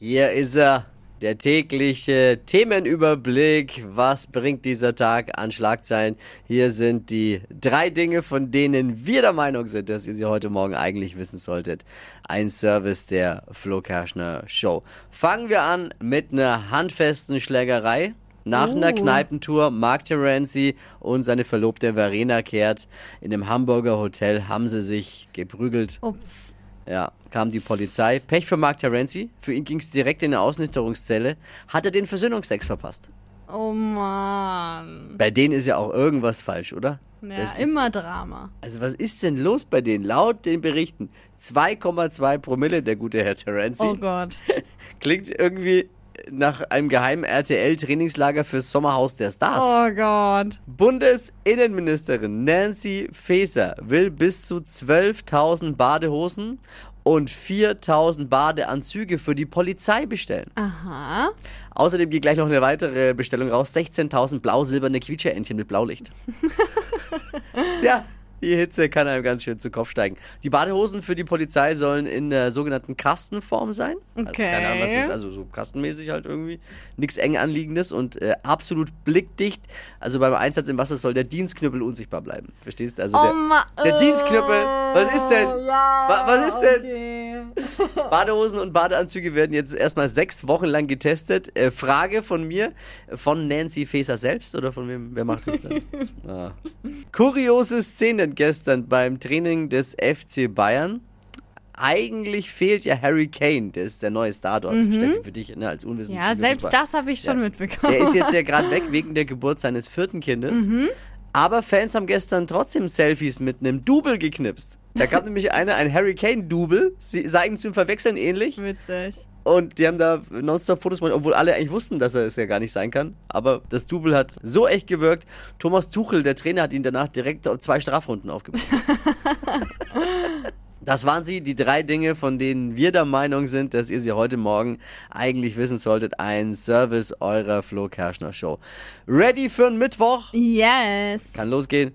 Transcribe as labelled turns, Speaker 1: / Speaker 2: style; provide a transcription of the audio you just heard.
Speaker 1: Hier ist er, der tägliche Themenüberblick. Was bringt dieser Tag an Schlagzeilen? Hier sind die drei Dinge, von denen wir der Meinung sind, dass ihr sie heute Morgen eigentlich wissen solltet. Ein Service der Flo Kerschner Show. Fangen wir an mit einer handfesten Schlägerei. Nach einer Kneipentour, Mark Terenzi und seine Verlobte Verena kehrt. In einem Hamburger Hotel haben sie sich geprügelt.
Speaker 2: Ups.
Speaker 1: Ja, kam die Polizei. Pech für Mark Terenzi. Für ihn ging's direkt in eine Ausnüchterungszelle. Hat er den Versöhnungsex verpasst?
Speaker 2: Oh Mann.
Speaker 1: Bei denen ist ja auch irgendwas falsch, oder?
Speaker 2: Ja,
Speaker 1: Das ist-
Speaker 2: immer Drama.
Speaker 1: Also was ist denn los bei denen? Laut den Berichten 2,2 Promille der gute Herr Terenzi.
Speaker 2: Oh Gott.
Speaker 1: Klingt irgendwie nach einem geheimen RTL-Trainingslager fürs Sommerhaus der Stars.
Speaker 2: Oh Gott.
Speaker 1: Bundesinnenministerin Nancy Faeser will bis zu 12.000 Badehosen und 4.000 Badeanzüge für die Polizei bestellen.
Speaker 2: Aha.
Speaker 1: Außerdem geht gleich noch eine weitere Bestellung raus. 16.000 blau-silberne Quietscheentchen mit Blaulicht. ja, die Hitze kann einem ganz schön zu Kopf steigen. Die Badehosen für die Polizei sollen in der sogenannten Kastenform sein. Also,
Speaker 2: Okay.
Speaker 1: keine Ahnung, was das ist. Also so kastenmäßig halt irgendwie. Nichts eng anliegendes und äh, absolut blickdicht. Also beim Einsatz im Wasser soll der Dienstknüppel unsichtbar bleiben. Verstehst? Also
Speaker 2: Oh
Speaker 1: der,
Speaker 2: Mann.
Speaker 1: der Dienstknüppel. Was ist denn?
Speaker 2: Ja,
Speaker 1: Wa- was ist denn?
Speaker 2: Okay.
Speaker 1: Badehosen und Badeanzüge werden jetzt erstmal sechs Wochen lang getestet. Äh, Frage von mir, von Nancy Faeser selbst oder von wem? Wer macht das dann? ah. Kuriose Szenen gestern beim Training des FC Bayern. Eigentlich fehlt ja Harry Kane, der ist der neue Star dort. Steffi, für dich ne, als Unwissender.
Speaker 2: Mhm. Ja, selbst das habe ich schon
Speaker 1: Ja.
Speaker 2: mitbekommen.
Speaker 1: Der ist jetzt ja gerade weg wegen der Geburt seines vierten Kindes.
Speaker 2: Mhm.
Speaker 1: Aber Fans haben gestern trotzdem Selfies mit einem Double geknipst. Da gab nämlich einer ein Harry Kane-Double, sie sah ihm zum Verwechseln ähnlich.
Speaker 2: Witzig.
Speaker 1: Und die haben da nonstop Fotos gemacht, obwohl alle eigentlich wussten, dass er es ja gar nicht sein kann. Aber das Double hat so echt gewirkt. Thomas Tuchel, der Trainer, hat ihn danach direkt auf zwei Strafrunden aufgebracht. Das waren sie, die drei Dinge, von denen wir der Meinung sind, dass ihr sie heute Morgen eigentlich wissen solltet. Ein Service eurer Flo Kerschner Show. Ready für einen Mittwoch?
Speaker 2: Yes.
Speaker 1: Kann losgehen.